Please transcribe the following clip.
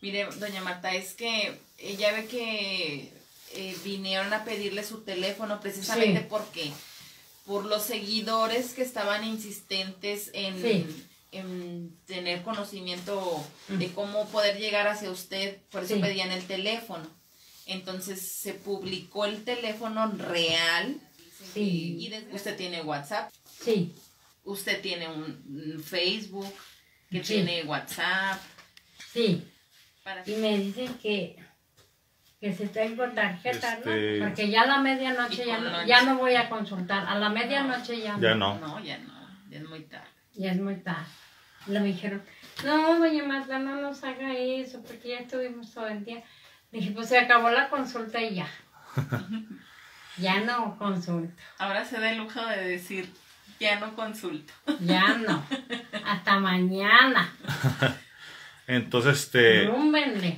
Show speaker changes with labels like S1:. S1: Mire, doña Marta, es que ella ve que eh, vinieron a pedirle su teléfono precisamente
S2: Sí.
S1: porque por los seguidores que estaban insistentes en,
S2: Sí.
S1: en tener conocimiento
S2: Mm.
S1: de cómo poder llegar hacia usted, por eso
S2: Sí.
S1: pedían el teléfono. Entonces se publicó el teléfono real
S2: Sí.
S1: y desde- usted tiene WhatsApp,
S2: Sí,
S1: usted tiene un un Facebook que
S2: Sí.
S1: tiene WhatsApp
S2: sí.
S1: para
S2: Y me dicen que, que si tengo tarjeta,
S3: Este-
S2: ¿no? Porque ya a la medianoche
S1: Y
S2: ya
S1: con
S2: no,
S1: lunch.
S2: ya no voy a consultar. A la medianoche ya,
S3: Ya
S2: no.
S3: no.
S1: No, ya no, ya es muy tarde.
S2: Ya es muy tarde. Le dijeron, no, doña Marta, no nos haga eso, porque ya estuvimos todo el día. Le dije, pues se acabó la consulta y ya. ya no consulto,
S1: Ahora se da el lujo de decir, ya no consulto.
S2: ya no. Hasta mañana.
S3: Entonces, este,
S2: Rúmbenle.